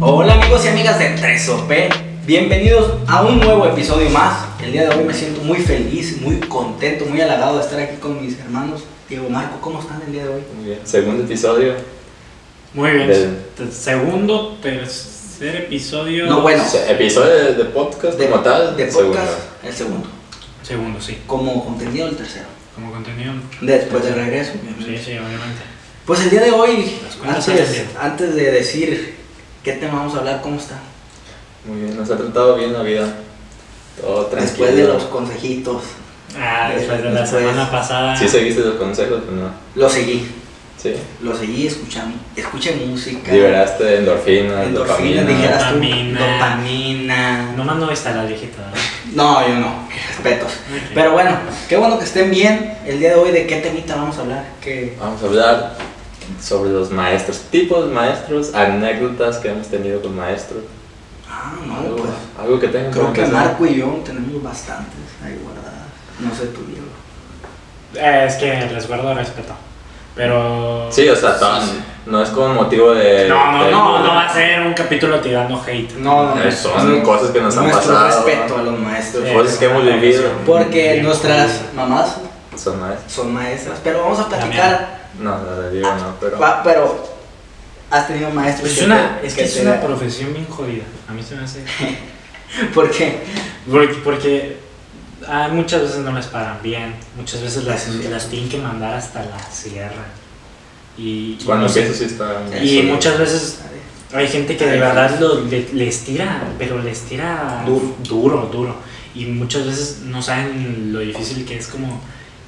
Hola amigos y amigas de 3OP, bienvenidos a un nuevo episodio más. El día de hoy me siento muy feliz, muy contento, muy halagado de estar aquí con mis hermanos. Diego Marco, ¿cómo están el día de hoy? Muy bien. Segundo episodio. Muy bien. Del- Te- Segundo, tercer episodio. No, bueno. Se- Episodio de, de podcast como tal. de podcast, segundo. el segundo. Segundo, sí. Como contenido, el tercero. Como contenido. Después de regreso. Sí, sí, obviamente. Pues el día de hoy, Las cuentas antes, salen bien. antes de decir qué tema vamos a hablar, ¿cómo está? Muy bien. Nos ha tratado bien la vida. Todo tranquilo. Después de los consejitos, Ah, después de la Después. semana pasada. Sí seguiste los consejos, pero no. lo seguí, Sí. lo seguí escuchando. Escuché música. Liberaste endorfinas, Endorfinas, dopamina. dijeras tú, Dopamina. dopamina. Nomás no está la viejita. ¿no? No, yo no, respetos. Ok. Pero bueno, qué bueno que estén bien. El día de hoy, ¿de qué temita vamos a hablar? Que Vamos a hablar sobre los maestros. Tipos de maestros, anécdotas que hemos tenido con maestros. Ah, no, Algo, pues. algo que tengan Creo que empezar. Marco y yo tenemos bastantes ahí guardadas. No sé tú, Diego. Eh, es que les guardo respeto. Pero. Sí, o sea, tan- no es como motivo de. No, no, de- no, no va a ser un capítulo tirando hate. No, Eh, son cosas que nos han Nuestro pasado, respeto ¿no? a los maestros. Sí. Cosas que hemos vivido. Porque Eh, Bien. nuestras mamás Son maestros. son maestras. Pero vamos a platicar. No, no, no, digo no, pero. Va, pero has tenido maestros. Es, que una, te- es que es te- una profesión bien jodida. A mí se me hace. ¿Por qué? Porque, porque ah, muchas veces no les pagan bien, muchas veces las, Eso sí. las tienen que mandar hasta la sierra. Y, y Cuando no sé, empiezo sí está. y Sí. muchas veces hay gente que de verdad lo- le- les tira, pero les tira Duro. duro, duro. Y muchas veces no saben lo difícil que es como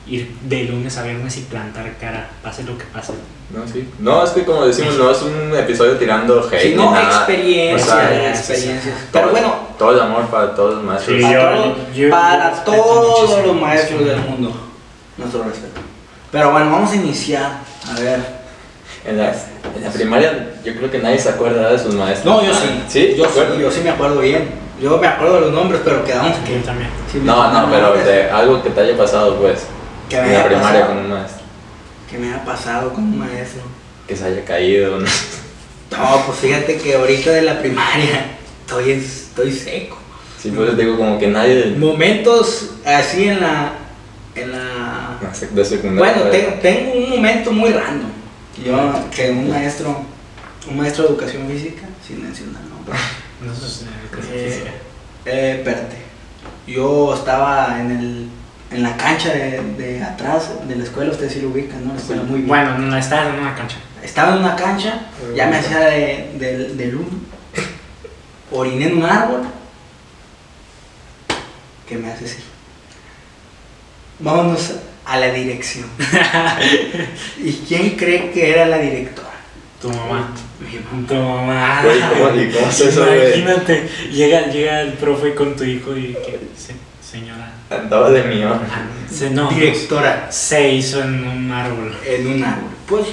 ir de lunes a viernes y plantar cara, pase lo que pase. No, sí. No, es que como decimos, no es un episodio tirando hate. Si ni no, nada. Pues, experiencias, O sea, experiencias. todo- Pero bueno, Todo el amor para todos los maestros. Sí, A yo- todo- yo- yo para respeto todos muchísimo, los es maestros que- del mundo. Nuestro respeto. Pero bueno, vamos a iniciar. A ver. En, la, en la primaria, yo creo que nadie se acuerda de sus maestros. No, yo sí. ¿Sí? yo ¿Te acuerdas? sí, yo sí me acuerdo bien. Yo me acuerdo de los nombres, pero quedamos Yo que. también. sí me No, acuerdo no, de pero nombres. de algo que te haya pasado, pues. Que me en la haya primaria pasado. con un maestro. ¿Qué me ha pasado con un maestro? Que se haya caído. ¿no? No, pues fíjate que ahorita de la primaria estoy, estoy seco. Sí, pues digo, como que nadie. Momentos así en la. En la no sé, De secundaria. Bueno, tengo, pues. tengo un momento muy random. Yo, que un maestro, un maestro de educación física, sin mencionar nombre, No sé si- Eh, eh, espérate. Yo estaba en el en la cancha de, de atrás de la escuela, ustedes sí lo ubican, ¿no? La escuela muy bien. Bueno, no estás en una cancha. Estaba en una cancha, ya me hacía de, del- del uno. Oriné en un árbol. ¿Qué me hace así? Vámonos a la dirección. ¿Y quién cree que era la directora? Tu mamá. Mi mamá. Tu mamá. Güey, ¿cómo- y cómo se sabe? Imagínate, llega, llega el profe con tu hijo y que dice, señora, Andaba de mío. se, no, Directora se hizo en un árbol. en un árbol. Pues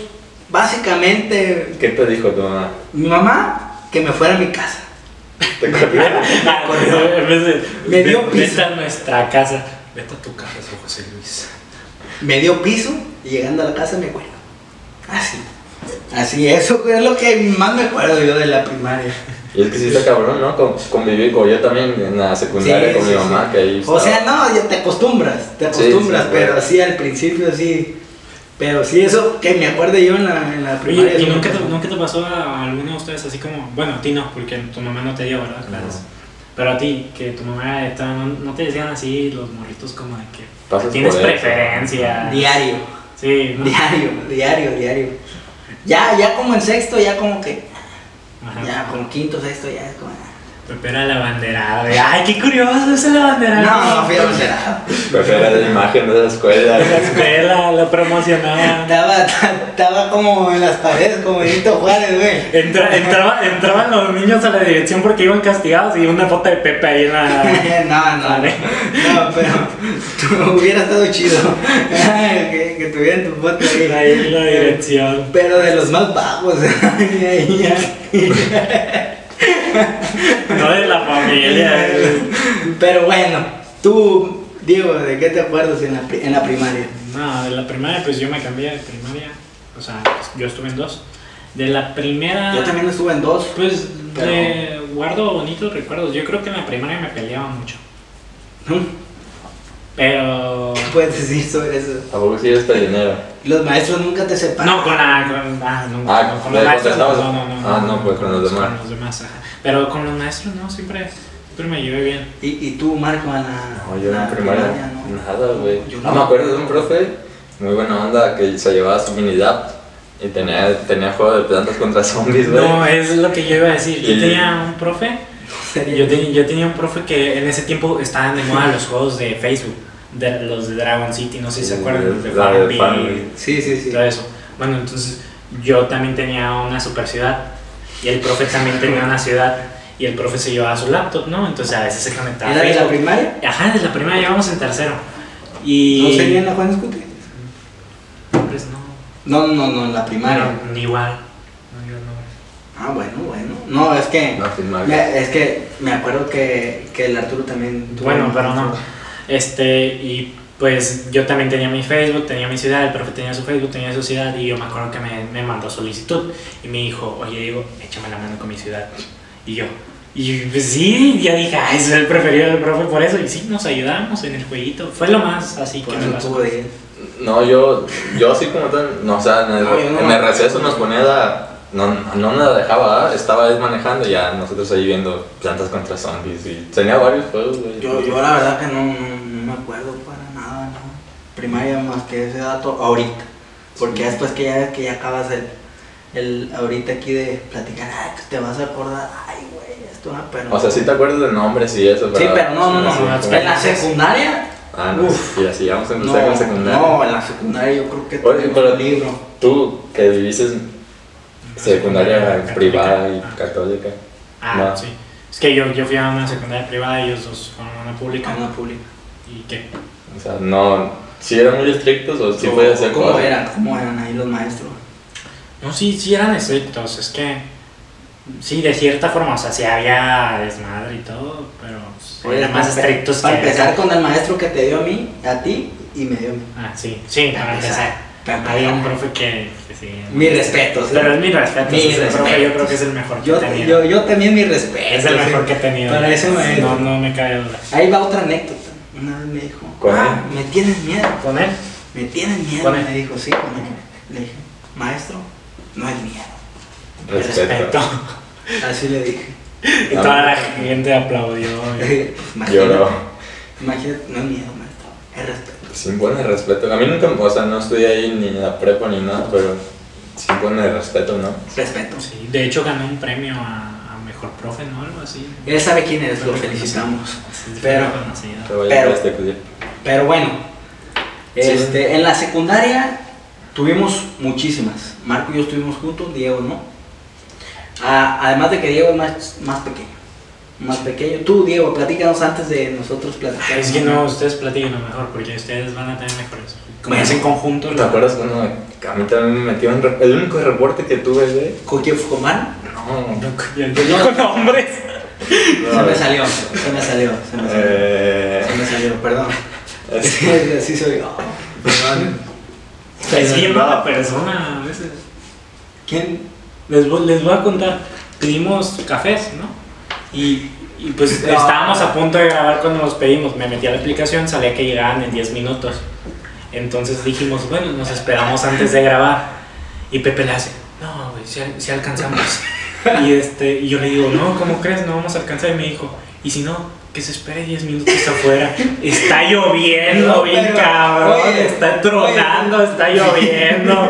básicamente ¿Qué te dijo tu mamá? mi mamá que me fuera a mi casa. ¿Te acuerdas? corrió. Ah, En vez de, Me dio "Ve- piso". Vete a nuestra casa. Vete a tu casa, su José Luis. Me dio piso y llegando a la casa me acuerdo. Así. Así, eso es lo que más me acuerdo yo de la primaria. Y es que sí está cabrón, ¿no? Con- Convivir con yo también en la secundaria Sí, con sí, mi mamá, sí. que ahí O estaba. sea, no, ya te acostumbras, te Sí, acostumbras, sí, pero claro. así al principio sí. Pero sí, eso que me acuerdo yo en la, en la primaria. Oye, ¿y eso me nunca te, pasó. nunca te pasó a alguno de ustedes así como, bueno, a ti no, porque tu mamá no te dio, ¿verdad? Clases. Pero a ti, que tu mamá estaba- no, no te decían así los morritos como de que Pasas tienes por eso. preferencia. Diario, Sí, ¿no? diario, diario, diario. Ya, ya como en sexto, ya como que, Ajá. ya como quinto, sexto, ya es como. ah. Pepe era la bandera, güey. Ay, qué curioso es la bandera. No, no fui a la Prefiero la imagen de la escuela. La escuela lo promocionaba. Estaba, estaba como en las paredes, como Benito Juárez, güey. Entra- entraba- entraban los niños a la dirección porque iban castigados y una foto de Pepe ahí en la. no, no, Vale. no, pero hubiera estado chido que, que tuvieran tu foto ahí. ahí en la dirección. Pero de los más bajos. Ay, ay, ay. No de la familia. güey. Pero bueno, tú, Diego, ¿de qué te acuerdas en la, pri- en la primaria? No, de la primaria, pues yo me cambié de primaria. O sea, yo pues, estuve en dos. De la primera. Yo también estuve en dos. Pues Pero- eh, guardo bonitos recuerdos. Yo creo que en la primaria me peleaba mucho. Pero. ¿Qué puedes decir sobre eso? ¿A poco sí este eres peleonero? Los maestros nunca te separan. No, con la. Con, ah, no, Ah, no, con le los maestros. No, contestabas. no, no, no. Ah, no, pues, con los demás. Con los demás, ajá. Pero con los maestros, no, siempre, siempre me llevé bien. ¿Y, y tú, Marco, a la. No, yo en la primaria ¿no? nada, güey. Yo No no. me acuerdo de un profe, muy buena onda, que se llevaba su minidap y tenía, tenía juego de plantas contra zombies, güey. No, es lo que yo iba a decir. Yo Y- tenía un profe. Sería- Yo, te- yo tenía un profe que en ese tiempo estaban de moda los juegos de Facebook, de, los de Dragon City, no sé si se Sí, acuerdan, de la de Farmville, Farmville. Sí, sí, y sí. todo eso. Bueno, entonces yo también tenía una super ciudad y el profe también tenía una ciudad y el profe se llevaba su laptop, ¿no? Entonces a veces se conectaba a ¿Era de la Facebook. primaria? Ajá, desde la primera llevamos en tercero. Y... ¿No sería en la Juan Escute? Pues no. No, no, no, en la primaria. Bueno, ni igual. No, yo no. Ah, bueno, bueno. No, es que. No, sin mal. me- es que me acuerdo que, que el Arturo también. tuvo Bueno, un- pero no. Este, y pues yo también tenía mi Facebook, tenía mi ciudad, el profe tenía su Facebook, tenía su ciudad, y yo me acuerdo que me, me mandó solicitud. Y me dijo, oye, digo, échame la mano con mi ciudad. Y yo, y pues sí, ya dije, ah, ese es el preferido del profe por eso. Y sí, nos ayudamos en el jueguito. Fue lo más así Por que me eso pasó. tuvo de él. No, yo, yo así como tal, no, o sea, en el, No, yo no en me el acuerdo. receso nos ponía la- no, no nos dejaba, ¿ah? estaba él manejando y ya nosotros ahí viendo plantas contra zombies y tenía varios juegos, güey. Yo, yo la verdad que no, no, no me acuerdo para nada, ¿no? Primaria más que ese dato ahorita. Porque ya después que ya, que ya acabas el, el ahorita aquí de platicar, ay, que te vas a acordar, ay, güey, esto no, pero... O sea, sí te acuerdas de nombres y eso, Sí, pero no, no, no. así no, como- en la secundaria... Ah, no, Uf. y así vamos a No, empezar con secundaria. no, en la secundaria yo creo que... Oye, tengo pero- un libro. Tú, que viviste en secundaria Católica. privada y Ah. católica. Ah, No. sí. Es que yo, yo fui a una secundaria privada y ellos dos fueron a una pública. Ah, no, público. ¿Y qué? O sea, no. Si eran muy estrictos o si O- podías hacer ¿Cómo cosas. eran? ¿Cómo eran ahí los maestros? No, sí, sí eran estrictos, es que sí, de cierta forma, o sea, sí había desmadre y todo, pero Oye, eran más Pues, para- estrictos Para que... empezar con el maestro que te dio a mí, a ti y me dio a mí. Ah, sí, sí, para empezar. Para empezar. Había un profe que, que sí... Mi respeto. o sea, Pero es mi respeto, Mi o sea, ese respeto. profe yo creo que es el mejor que he ¿eh? Yo, tenido. yo, yo también mi respeto. es el sí. mejor que he tenido. Para ese maestro. No, no me cae duda. Ahí va otra anécdota. Una vez me dijo, ¿Con "Ah, me tienes miedo, ¿Con él? me tienes miedo. ¿Con él? Me dijo, sí, con él". Le dije, maestro, no es miedo. Respeto. Así le dije. y toda la gente aplaudió. y- Lloró. imagínate, no es miedo, maestro, es respeto. Sin impone el respeto. A mí nunca, o sea, no estudié ahí ni en la prepa ni nada, pero sí impone el respeto, ¿no? Respeto. Sí, de hecho ganó un premio a, a mejor profe, ¿no? Algo así. Él sabe quién eres, lo felicitamos. Pero- Que vaya Pero- a este clip. Pero bueno, Sí. este, en la secundaria tuvimos muchísimas. Marco y yo estuvimos juntos, Diego no. A- además de que Diego es más, más pequeño. Más pequeño. Tú, Diego, platícanos antes de nosotros platicar. Es que no, ustedes platiquen lo mejor, porque ustedes van a tener mejores. Como es en conjunto, ¿Te lo- acuerdas cuando a mí también me metieron re- el único reporte que tuve, güey? ¿Con quién fue con Mar? No, lo- yo- yo digo nombres. Se me salió, se me salió, se me salió. Eh, Se me salió, perdón. es- Así soy. oh, perdón. Es bien No. mala persona a veces. ¿Quién? Les voy, les voy a contar. Pedimos cafés, ¿no? Y, y pues No. estábamos a punto de grabar cuando los pedimos. Me metí a la aplicación, sabía que llegaban en 10 minutos. Entonces dijimos, bueno, nos esperamos antes de grabar. Y Pepe le hace, no, güey, si, al- si alcanzamos. y, este, y yo le digo, no, ¿cómo crees? No vamos a alcanzar. Y me dijo, y si no, que se espere 10 minutos afuera. Está lloviendo, No, bien pero, cabrón. oye, está tronando, está lloviendo.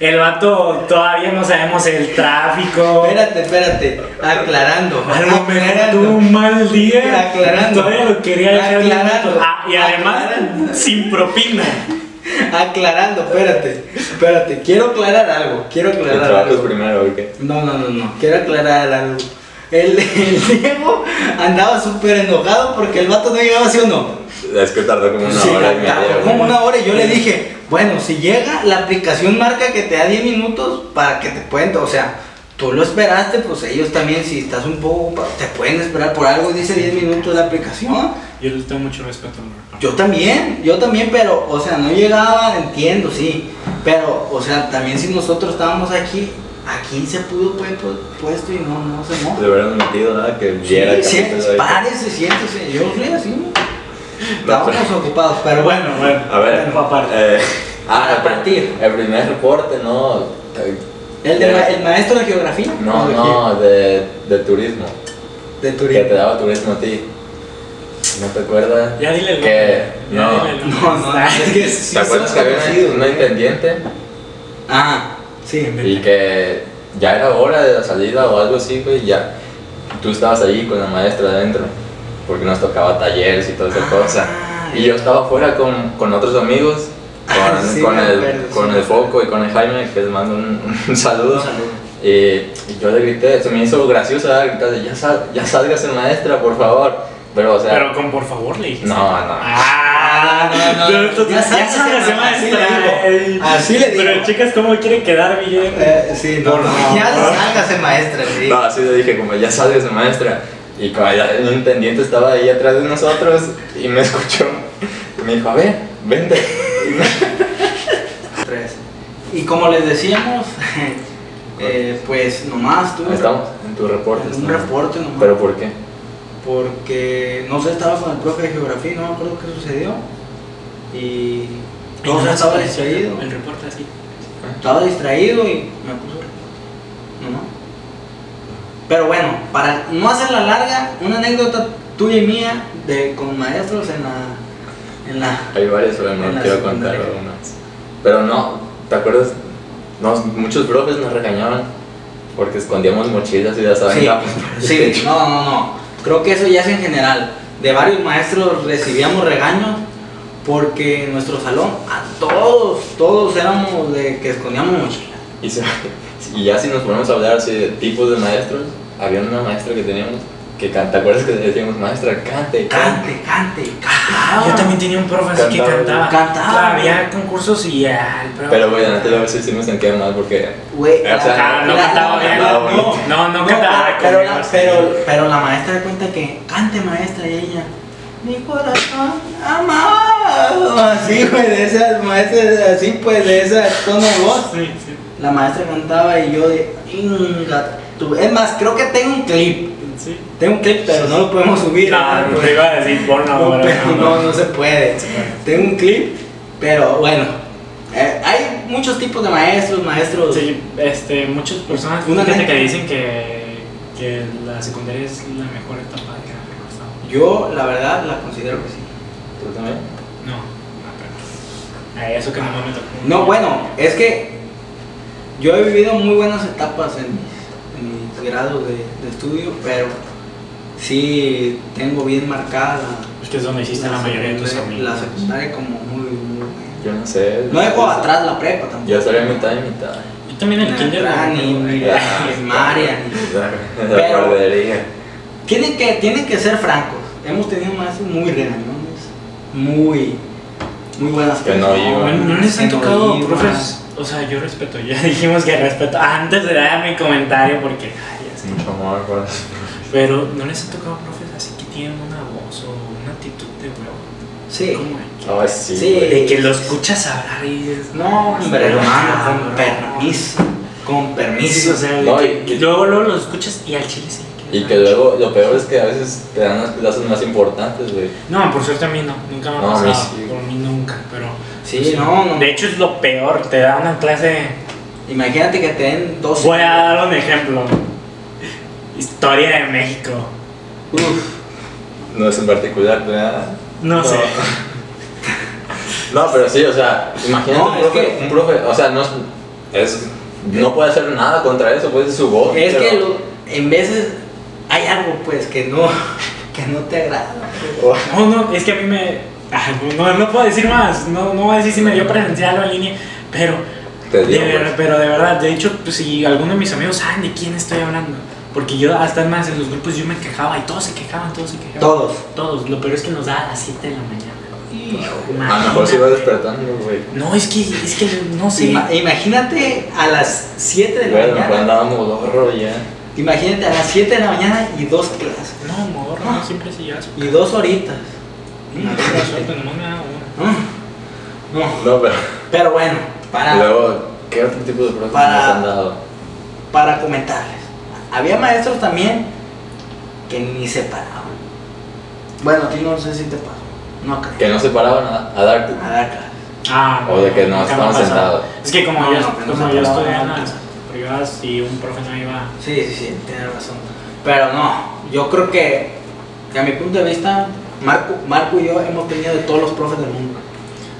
El vato todavía no sabemos el tráfico. Espérate, espérate. Aclarando. A lo mejor aclarando. tuvo un mal día. Aclarando. Todavía lo quería dejar bien. Aclarando. Ah, y además, Aclarando. sin propina. Aclarando, espérate, espérate, quiero aclarar algo, quiero el aclarar trabajo es algo. primero, ¿o qué? No, no, no, no, quiero aclarar algo. El, el Diego andaba súper enojado porque el vato no llegaba, ¿sí o no? Es que tardó como una Sí, hora y media. tardó güey. como una hora y yo le dije, bueno, si llega, la aplicación marca que te da 10 minutos para que te pueden, o sea, tú lo esperaste, pues ellos también, si estás un poco ocupado, te pueden esperar por algo, dice 10 minutos la aplicación. Yo le tengo mucho respeto al Roberto. Yo también, yo también, pero, o sea, no llegaban, entiendo, sí. Pero, o sea, también si nosotros estábamos aquí, aquí se pudo pues, pues, puesto y no, no se Le moja. hubieran metido nada que Sí, viera. el siéntese, capítulo ahí. párese, siéntese. Yo soy así, ¿no? Estábamos pero- ocupados, pero bueno, bueno. A ver. Bueno, aparte. eh, Para el pr- partir. El primer reporte, ¿no? Eh, ¿El, de ma- el maestro de geografía? No, no, de, de turismo. De Que te turismo. daba turismo a ti. ¿No te acuerdas? Ya dile el Que, nombre. Ya no. dile el nombre. No, no, es que sí ¿Te acuerdas que son había conocidos, una- una ¿no? intendiente Ah, sí. y que ya era hora de la salida o algo así, güey, ya tú estabas allí con la maestra adentro, porque nos tocaba talleres y toda esa Ah, cosa. Y yo estaba afuera con, con otros amigos, con, Ah, sí, con me el, acuerdo, con sí. el Foco y con el Jaime, que les mando un, un saludo. Un saludo. Y, y yo le grité, se me hizo gracioso ¿verdad? gritarle, ya, sal, ya sálgase maestra, por favor. Pero, o sea, Pero con por favor le dijiste. no, no. Ah, No, no, no. entonces, Ya ya sabes, sabes, se así maestra. le digo. Ey. Así le digo. Pero chicas, ¿cómo quieren quedar, Miguel? Eh, sí, no, Por no. favor. Ya sálgase maestra, sí. No, así le dije, como ya sálgase maestra. Y como ya el intendiente estaba ahí atrás de nosotros y me escuchó, y me dijo, a ver, vente. Y me- Tres. Y como les decíamos, eh, pues nomás tuve Estamos en tu reporte. un estamos. reporte nomás. ¿Pero por qué? porque no sé, estaba con el profe de geografía, y no me acuerdo qué sucedió. Y no sé, Entonces, estaba distraído. El reporte así. Estaba distraído y me puso ¿no? Pero bueno, para no hacerla larga, una anécdota tuya y mía de con maestros en la en la Hay varias, pero no En la quiero contar secundaria. algunas. Pero no, ¿te acuerdas? Nos- muchos profes nos regañaban porque escondíamos mochilas y ya saben, Sí, ya, pues, sí, no, no, no. Creo que eso ya es en general. De varios maestros recibíamos regaños porque en nuestro salón a todos, todos éramos de que escondíamos mochila. Y, se- y ya si nos ponemos a hablar así de tipos de maestros, había una maestra que teníamos que can- ¿te acuerdas que le decíamos maestra? Cante, Cante, cante, cantaba. Ah, Yo también tenía un profe así que Cantaba. cantaba. Ah. Cantaba. Había concursos y ya, el profe. Pero bueno, antes de ver si sí me sentía mal porque Güey, O sea, Ah, no la- cantaba la- bien. cantaba No, bonito. no, no cantaba. pero, pero, conmigo, la, sí. pero, pero la maestra cuenta que cante maestra y ella. Mi corazón amado. Así, güey, de esas maestras, así pues, de esa tono de voz. Sí, sí. La maestra cantaba y yo de. "Inga tu-". Es más, creo que tengo un clip. sí. Tengo un clip, pero no lo podemos subir. No, no, ¿verdad? te iba a decir porno No, ahora. pero no, no, no. no se puede. Tengo un clip, pero bueno. Eh, hay muchos tipos de maestros, maestros. Sí, este, muchas personas Una fíjate neta. que dicen que, que la secundaria es la mejor etapa de la universidad. Yo, la verdad, la considero que sí. tú también. No, no, pero. A eso que mamá me tocó. No, bueno, es que yo he vivido muy buenas etapas en mis, en mis grados de, de estudio, pero sí tengo bien marcada la, Es que es donde hiciste la, mayoría de tus secundaria- amigos. la secundaria como muy, muy buena. Yo no sé. pues, No dejo atrás la prepa tampoco. Yo estaría mitad y mitad. Yo también en el kinder. Ah, ni- güey. ni- Ah, Marian. La la Pero- guardería. Tienen que, tienen que ser francos. Hemos tenido maestros muy regañones, muy, muy buenas Que no No, iban. no les han que no tocado iban. profes. O sea, yo respeto, ya dijimos que respeto. Antes de dar mi comentario, porque. ay, ya sé. Mucho amor por las- Pero no les han tocado profes así que tienen una voz o una actitud de huevo. Sí. ¿Cómo es? Ay, sí. Sí. güey. De que lo escuchas hablar y es. No, hombre, Pero- hermano, con no. permiso. Con Sí, permiso. o sea, de No, que y- luego, luego lo escuchas y al chile sí. Y que luego lo peor es que a veces te dan las plazas más importantes, güey. No, por suerte a mí no, nunca me ha No, a mí pasado. sí. Por mí nunca, pero. pues, Sí, no, no. De hecho, es lo peor, te da una clase. Imagínate que te den dos. Voy a dar un ejemplo: Historia de México. Uf, No es en particular, ¿verdad? No, sé. No, pero sí, o sea, imagínate No, un, es profe, que- un profe, o sea, no, es- es- no puede hacer nada contra eso, pues es su voz. es pero- que lo- en veces hay algo pues que no, que no te agrada. No, no, es que a mí me. ah, no, no puedo decir más. No, no voy a decir si me dio presencial o en línea, pero. Te digo, de pues. ver- pero de verdad, de hecho, pues, si alguno de mis amigos saben de quién estoy hablando. Porque yo, hasta es más, en los grupos yo me quejaba y todos se quejaban, todos se quejaban. Todos. Todos, lo peor es que nos da a las 7 de la mañana. A lo mejor se iba despertando, güey. No, es que, es que no sé. Ima- imagínate a las 7 de la Bueno, pues mañana. andábamos gorro y ya. Imagínate a las 7 de la mañana y dos clases. No, amor, no, siempre se llevas. Y dos horitas. No, tengo suerte, nomás me da una. Ah, No. No, pero Pero bueno, para. luego, ¿qué otro tipo de problemas Para- nos han dado? para comentarles. Había maestros también que ni se paraban. Bueno, a ti no sé si te pasó. No creo. Que no se paraban a, a dar A dar clases. Ah, O de que no, nunca me estaban pasó. sentados. Es que como No, yo, no, que no como se yo paraban. estudié en las privadas y un profe no iba. Sí, sí, sí, tienes razón. Pero no, yo creo que, que a mi punto de vista, Marco, Marco y yo hemos tenido de todos los profes del mundo.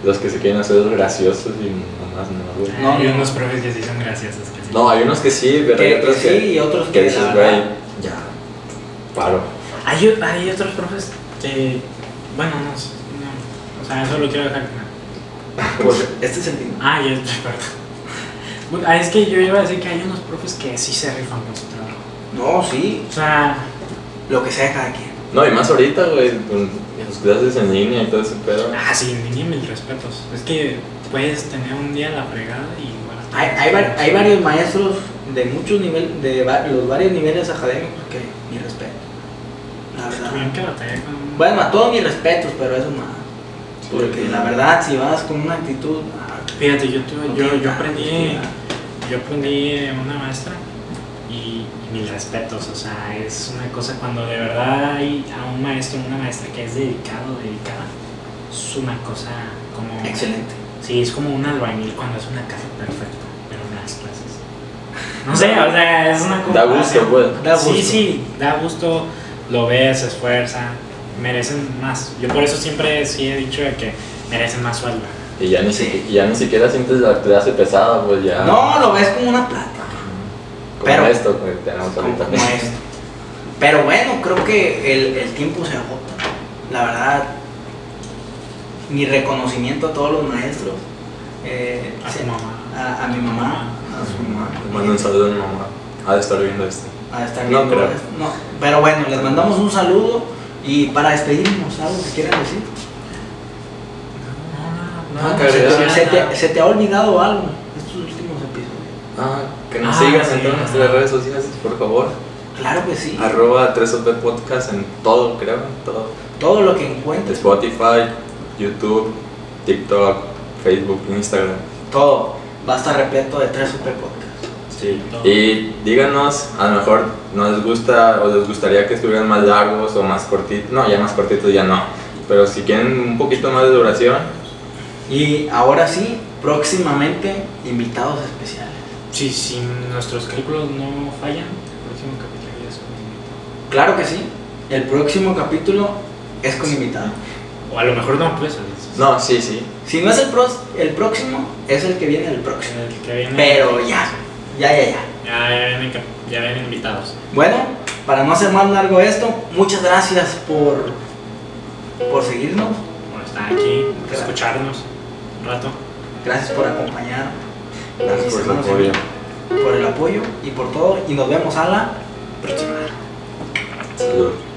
los que se quieren hacer los graciosos y nomás no, güey. No, hay no. eh, unos profes que sí son graciosos. Que sí. No, hay unos que sí, pero hay Que- otros que que, sí y otros que la dices, verdad, güey, ya, paro. Hay, o- hay otros profes que. Bueno, no, sé, no. O sea, eso lo quiero dejar claro. Pues este es el mismo. Ah, ya, perdón. Ah, es que yo iba a decir que hay unos profes que sí se rifan con su trabajo. No, sí, O sea, lo que sea de cada quien. No, y más ahorita, güey, con las clases en línea y todo ese pedo. ah, sí, niña, mis respetos. Es que puedes tener un día la fregada y igual. Hay, hay, var- hay varios maestros de muchos niveles, de va- los varios niveles académicos que mi respeto. La verdad. Tuvieron que batallar con. Bueno, a todos mis respetos, pero eso más. Porque la verdad, si vas con una actitud. ah, Fíjate, yo, tuve- no yo, tiene yo nada, aprendí. tiene nada. Yo aprendí a una maestra y, y mis respetos, o sea, es una cosa cuando de verdad hay a un maestro, una maestra que es dedicado, dedicada, es una cosa como... Excelente. Sí, es como un albañil cuando es una casa perfecta, pero en las clases. No sé, o sea, es una cosa... Da gusto, güey. Da Sí, gusto. sí, da gusto, lo ves, se esfuerza, merecen más. Yo por eso siempre sí he dicho de que merecen más sueldo. Y ya ni, Sí. siquiera- ya ni siquiera sientes la clase pesada, pues ya. No, lo ves como una plata. Como pero- esto que tenemos como, ahorita. como esto. Pero bueno, creo que el, el tiempo se agota. La verdad, mi reconocimiento a todos los maestros. eh, A se- tu mamá. A, a mi mamá, a su mamá. Le mando un saludo a mi mamá. Ha de estar viendo esto. A estar No viendo creo. esto. No, pero bueno, les mandamos un saludo y para despedirnos, ¿algo que quieran decir? No, No, se, cabrón. te, se te- se te ha olvidado algo estos últimos episodios. Ah, que nos Ah, sigan sí. en todas nuestras redes sociales, por favor. Claro que Ah. sí. Arroba 3OP Podcast en todo, creo. en Todo. Todo lo que encuentres, Spotify, YouTube, TikTok, Facebook, Instagram. todo va a estar repleto de tres super podcasts. Sí. Todo. Y díganos, a lo mejor no les gusta o les gustaría que estuvieran más largos o más cortitos. No, ya más cortitos ya no. Pero si quieren un poquito más de duración, Y ahora sí, próximamente invitados especiales. Si si nuestros cálculos no fallan, el próximo capítulo ya es con invitado. Claro que sí. El próximo capítulo es con invitado. O a lo mejor no, pues. es- no, sí, sí. Si no es el, pros- el próximo, es el que viene el próximo. El que viene. Pero ya, ya, ya, ya. Ya, ya, vienen, cap- ya vienen invitados. Bueno, para no hacer más largo esto, muchas gracias por, por seguirnos. Bueno, están aquí, pues, escucharnos un rato. Gracias por acompañar. Gracias por su apoyo. Por el apoyo y por todo. Y nos vemos a la próxima. Salud.